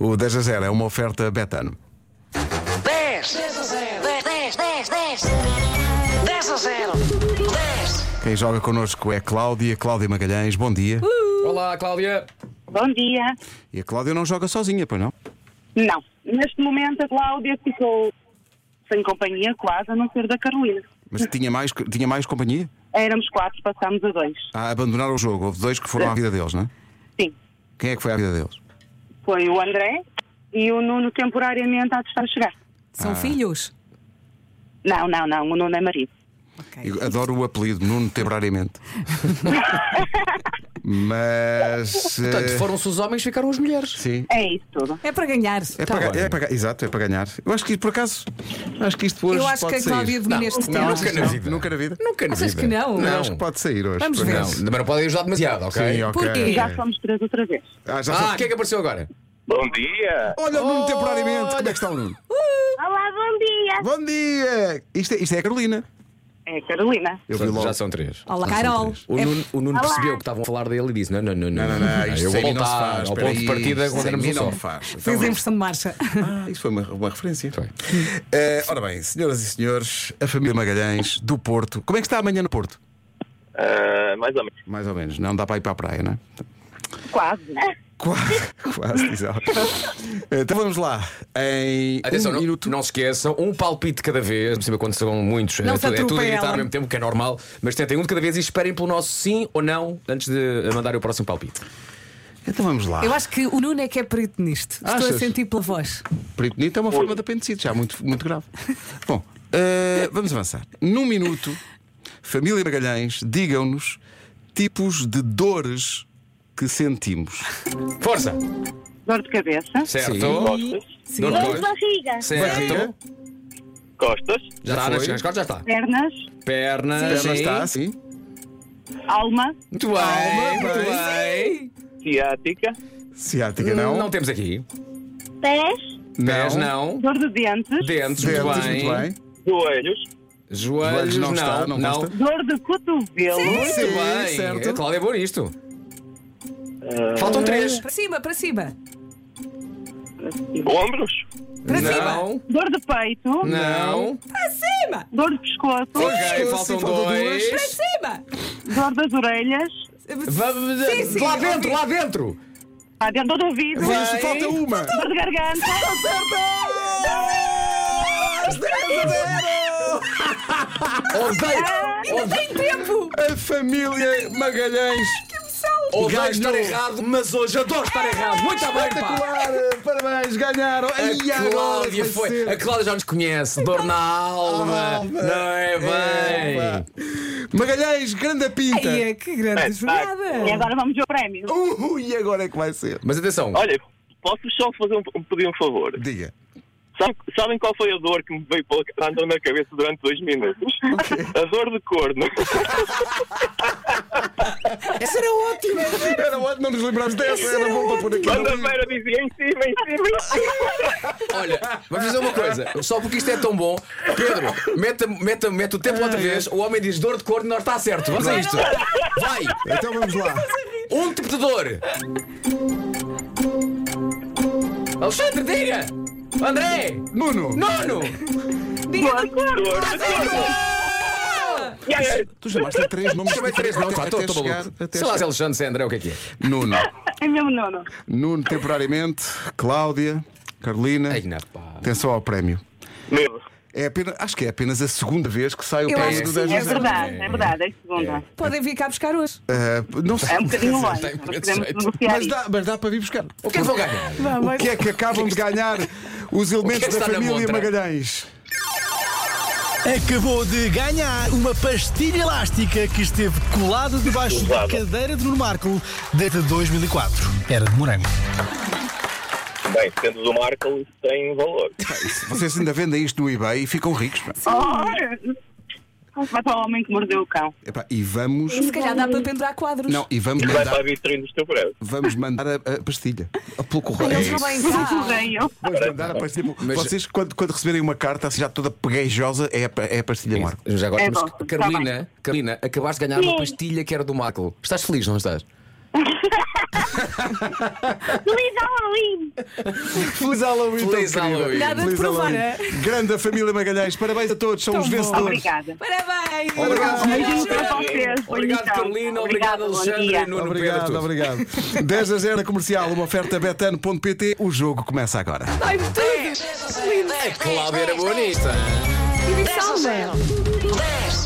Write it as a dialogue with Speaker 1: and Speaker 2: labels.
Speaker 1: O 10 a 0 é uma oferta Betano.
Speaker 2: 10, 10, 10, 10, 10, 10 a 0, 10.
Speaker 1: Quem joga connosco é Cláudia. Cláudia Magalhães, bom dia.
Speaker 3: Olá, Cláudia.
Speaker 4: Bom dia.
Speaker 1: E a Cláudia não joga sozinha, pois não?
Speaker 4: Não, neste momento a Cláudia ficou sem companhia, quase, a não ser da Carolina.
Speaker 1: Mas tinha mais, tinha mais companhia?
Speaker 4: Éramos quatro, passámos a dois.
Speaker 1: Ah, abandonaram o jogo. Houve dois que foram à vida deles, não é?
Speaker 4: Sim,
Speaker 1: Quem é que foi à vida deles?
Speaker 4: foi o André e o Nuno temporariamente há de estar a chegar.
Speaker 1: Ah.
Speaker 5: São filhos?
Speaker 4: Não, não, não, o Nuno é marido.
Speaker 5: Ok.
Speaker 1: Eu adoro o apelido, Nuno Temporariamente. Mas. eh,
Speaker 3: Portanto, foram-se os homens, ficaram as mulheres.
Speaker 1: Sim.
Speaker 4: É isso tudo.
Speaker 5: É para ganhar.
Speaker 1: É para, ga- é para ga- exato, é para ganhar. Eu acho que isto, por acaso, acho que isto hoje
Speaker 5: Eu acho
Speaker 1: pode
Speaker 5: que a
Speaker 1: sair.
Speaker 5: Cláudia domina este tema.
Speaker 3: nunca na vida.
Speaker 1: Nunca na vida.
Speaker 3: Nunca na
Speaker 5: Achas
Speaker 3: vida.
Speaker 5: que não?
Speaker 3: Não,
Speaker 1: Acho que pode sair hoje.
Speaker 5: Vamos
Speaker 1: Por
Speaker 5: ver.
Speaker 1: acaso.
Speaker 3: não. Também não podem ajudar demasiado, ok?
Speaker 1: Sim, ok.
Speaker 5: Porquê?
Speaker 1: ok.
Speaker 4: Já somos três outra vez.
Speaker 1: Ah, já
Speaker 3: Ah,
Speaker 1: sou-
Speaker 3: o que é que apareceu agora?
Speaker 6: Bom dia!
Speaker 1: Olha o
Speaker 5: oh!
Speaker 1: Nuno temporariamente. Como é que está o Nuno?
Speaker 4: Olá, bom dia.
Speaker 1: Bom dia! Isto é, isto é a Carolina.
Speaker 4: É a Carolina.
Speaker 1: Eu
Speaker 3: Portanto, Já são três.
Speaker 5: Olá,
Speaker 1: são
Speaker 5: Carol.
Speaker 1: três.
Speaker 3: O
Speaker 5: É-
Speaker 3: Nuno, o Nuno percebeu que estavam a falar dele e disse: Não, não, não, não,
Speaker 1: Não, não, não, isto
Speaker 3: eu vou
Speaker 1: sem mim não se
Speaker 3: voltar
Speaker 1: faz.
Speaker 3: ao
Speaker 1: Espera
Speaker 3: ponto de
Speaker 1: aí,
Speaker 3: partida
Speaker 1: sem
Speaker 3: quando éramos
Speaker 1: mim
Speaker 3: um só.
Speaker 1: não faz. Então
Speaker 5: Fez a
Speaker 1: vamos.
Speaker 5: inversão de marcha.
Speaker 1: Ah, isso foi uma, uma referência.
Speaker 3: Foi.
Speaker 1: Eh, ora bem, senhoras e senhores, a família Magalhães do Porto. Como é que está amanhã no Porto?
Speaker 6: Ah, mais ou menos.
Speaker 1: Mais ou menos. Não dá para ir para a praia, não é?
Speaker 4: Quase.
Speaker 1: Quase, quase, diz ela. Então vamos lá. Em
Speaker 3: Atenção,
Speaker 1: um
Speaker 3: não,
Speaker 1: minuto.
Speaker 3: não se esqueçam, um palpite de cada vez, não percebo quando são muitos,
Speaker 5: Não
Speaker 3: é,
Speaker 5: se
Speaker 3: tudo, é tudo a
Speaker 5: atropela.
Speaker 3: gritar ao mesmo tempo, que é normal, mas tentem um de cada vez e esperem pelo nosso sim ou não antes de mandar o próximo palpite.
Speaker 1: Então vamos lá.
Speaker 5: Eu acho que o Nuno é que é perito nisto. Estou
Speaker 1: Achas?
Speaker 5: a sentir pela voz.
Speaker 1: Peritonite é uma forma de apendicite, já muito, muito grave. Bom, eh, vamos avançar. Num minuto, família Magalhães, digam-nos tipos de dores que sentimos.
Speaker 3: Força!
Speaker 4: Dor de cabeça.
Speaker 3: Certo?
Speaker 5: Sim.
Speaker 3: Dor de
Speaker 7: Dor de
Speaker 3: costas.
Speaker 7: barriga.
Speaker 1: É.
Speaker 3: Certo?
Speaker 6: Costas,
Speaker 3: Já
Speaker 1: Já
Speaker 3: está,
Speaker 1: foi.
Speaker 3: nas nas costas já está.
Speaker 4: Pernas.
Speaker 3: Pernas.
Speaker 1: Perna
Speaker 3: sim.
Speaker 1: está assim.
Speaker 4: Alma.
Speaker 3: Muito bem, muito bem.
Speaker 6: ciática,
Speaker 1: Ciática
Speaker 3: Não.
Speaker 1: não.
Speaker 3: temos aqui.
Speaker 7: Pés.
Speaker 3: Pés não.
Speaker 4: Dor de dentes.
Speaker 1: Dentes,
Speaker 3: Dentes, muito bem.
Speaker 1: muito bem.
Speaker 6: joelhos,
Speaker 3: Joelhos,
Speaker 1: Joelhos não
Speaker 3: não.
Speaker 1: está, não
Speaker 3: não.
Speaker 1: consta.
Speaker 4: Dor de cotovelo.
Speaker 3: Muito
Speaker 1: Sim,
Speaker 3: bem.
Speaker 1: certo.
Speaker 3: A Cláudia é boa nisto. Faltam três.
Speaker 5: Para cima, para cima.
Speaker 6: ombros,
Speaker 5: Para cima.
Speaker 3: Não,
Speaker 4: Dor de peito.
Speaker 3: não.
Speaker 5: Para cima.
Speaker 4: Dor de pescoço.
Speaker 3: Ok, faltam
Speaker 1: Sim, faltam
Speaker 3: dois.
Speaker 5: Para cima.
Speaker 4: Dor das orelhas.
Speaker 3: Va-
Speaker 5: Sim, sim,
Speaker 3: eh, lá
Speaker 5: eu
Speaker 3: dentro,
Speaker 5: vi.
Speaker 3: lá dentro.
Speaker 4: Ah, dentro do ouvido.
Speaker 1: Mas isso, falta uma.
Speaker 4: Dor de garganta.
Speaker 3: Odeio,
Speaker 5: Ainda tem tempo.
Speaker 1: A família Magalhães.
Speaker 3: odeio
Speaker 1: Ganhou.
Speaker 3: estar errado, mas hoje adoro estar errado. Muito bem, pá.
Speaker 1: Espetacular! Parabéns, ganharam! Ai,
Speaker 3: A
Speaker 1: agora
Speaker 3: Cláudia
Speaker 1: vai
Speaker 3: foi.
Speaker 1: ser.
Speaker 3: A Cláudia já nos conhece. Dor na alma.
Speaker 1: Alma.
Speaker 3: Não é
Speaker 1: Epá.
Speaker 3: bem.
Speaker 1: Magalhães, grande pinta!
Speaker 5: Ai, é, que grande
Speaker 4: E
Speaker 5: jogada.
Speaker 4: agora vamos ver o prémio.
Speaker 1: Uh, e agora é que vai ser?
Speaker 3: Mas atenção,
Speaker 6: olha, posso só fazer um, um- pedir um favor?
Speaker 1: Diga.
Speaker 6: Sabe- sabem qual foi a dor que me veio pela andou na cabeça durante dois minutos? A dor de corno.
Speaker 3: essa era ótima.
Speaker 1: Era ótimo, não nos lembrarmos dessa, era bom para pôr aqui.
Speaker 6: Quando a Vera dizia em cima, em cima, em cima.
Speaker 3: Olha, vamos fazer uma coisa, só porque isto é tão bom, Pedro, meta, meta, meta o tempo outra vez, o homem diz dor de corno, nós está certo, vamos a isto. Vai,
Speaker 1: Então vamos lá.
Speaker 3: um tipo de dor. Alexandre, diga! André!
Speaker 1: Nuno,
Speaker 3: Nono!
Speaker 6: Dor de corno. Yes.
Speaker 1: tu chamaste a três nomes.
Speaker 3: Chamei três, não,
Speaker 1: até-
Speaker 3: pá, estou
Speaker 1: até
Speaker 3: estou
Speaker 1: chegar-
Speaker 3: maluco.
Speaker 1: até
Speaker 3: Sei lá
Speaker 1: chegar.
Speaker 3: se é Alexandre, se é André, o que é que é?
Speaker 1: Nuno.
Speaker 4: É mesmo nono.
Speaker 1: Nuno, temporariamente. Cláudia, Carolina.
Speaker 3: Ai, não, pá.
Speaker 1: Atenção ao prémio.
Speaker 6: Medo.
Speaker 1: É apenas, acho que é apenas a segunda vez que sai o
Speaker 5: Eu
Speaker 1: prémio
Speaker 5: acho
Speaker 1: do
Speaker 5: que
Speaker 1: 10
Speaker 5: sim,
Speaker 4: É verdade, é verdade, é segunda.
Speaker 5: Podem vir cá buscar hoje.
Speaker 1: Ah, Não sei.
Speaker 4: É um bocadinho
Speaker 3: Tem
Speaker 4: longe, mas
Speaker 3: preconceito.
Speaker 4: podemos negociar
Speaker 1: Mas
Speaker 4: isso.
Speaker 1: dá, mas dá para vir buscar.
Speaker 3: O que é que vão ganhar?
Speaker 1: O que é que acabam de ganhar os elementos da
Speaker 3: está na
Speaker 1: família
Speaker 3: montra?
Speaker 1: Magalhães?
Speaker 8: Acabou de ganhar uma pastilha elástica que esteve colado debaixo da cadeira de Nuno Marco desde 2004. Era de morango.
Speaker 6: Bem, sendo do Marco, isso tem valor.
Speaker 1: Vocês ainda vendem isto no eBay e ficam ricos. pá.
Speaker 4: Oh, vai para o homem que mordeu o cão.
Speaker 1: Epá, e vamos.
Speaker 5: Se calhar dá para pendurar quadros.
Speaker 1: é Não, e vamos
Speaker 6: E vai
Speaker 1: mandar,
Speaker 6: para a vitrine do teu prédio.
Speaker 1: vamos mandar a, a pastilha. A pelo correio.
Speaker 5: Eles não vêm
Speaker 4: O
Speaker 5: cá.
Speaker 4: correio.
Speaker 1: Vamos mandar a pastilha. Vocês, quando, quando receberem uma carta assim já toda peguejosa, é a, pa- é a pastilha Marco.
Speaker 3: Já agora,
Speaker 4: É
Speaker 3: mas
Speaker 4: bom, tá
Speaker 3: Carolina, Carolina, acabaste de ganhar uma pastilha que era do Marco. Estás feliz, não estás?
Speaker 7: Feliz Halloween!
Speaker 1: Feliz Halloween, tão
Speaker 3: Feliz
Speaker 1: querido.
Speaker 3: Halloween.
Speaker 5: Nada de
Speaker 1: Feliz
Speaker 5: provar.
Speaker 1: Halloween.
Speaker 5: é?
Speaker 1: Grande a família Magalhães, parabéns a todos, são
Speaker 5: Tão
Speaker 1: os
Speaker 5: bom.
Speaker 1: vencedores.
Speaker 4: Obrigada.
Speaker 5: Parabéns!
Speaker 3: Obrigado,
Speaker 4: Beijinho para vocês.
Speaker 3: Obrigado,
Speaker 4: Bonitão.
Speaker 3: Carolina. Obrigado,
Speaker 4: então, Obrigada, bom
Speaker 3: Alexandre.
Speaker 4: dia.
Speaker 3: E Nuno, obrigado a
Speaker 1: Obrigado,
Speaker 3: todos.
Speaker 1: obrigado. 10 a 0 comercial, uma oferta betano.pt. O jogo começa agora.
Speaker 5: Ai, tudo! Lindo!
Speaker 3: é
Speaker 4: é.
Speaker 3: Cláudia era bonita.
Speaker 5: E Viçalda!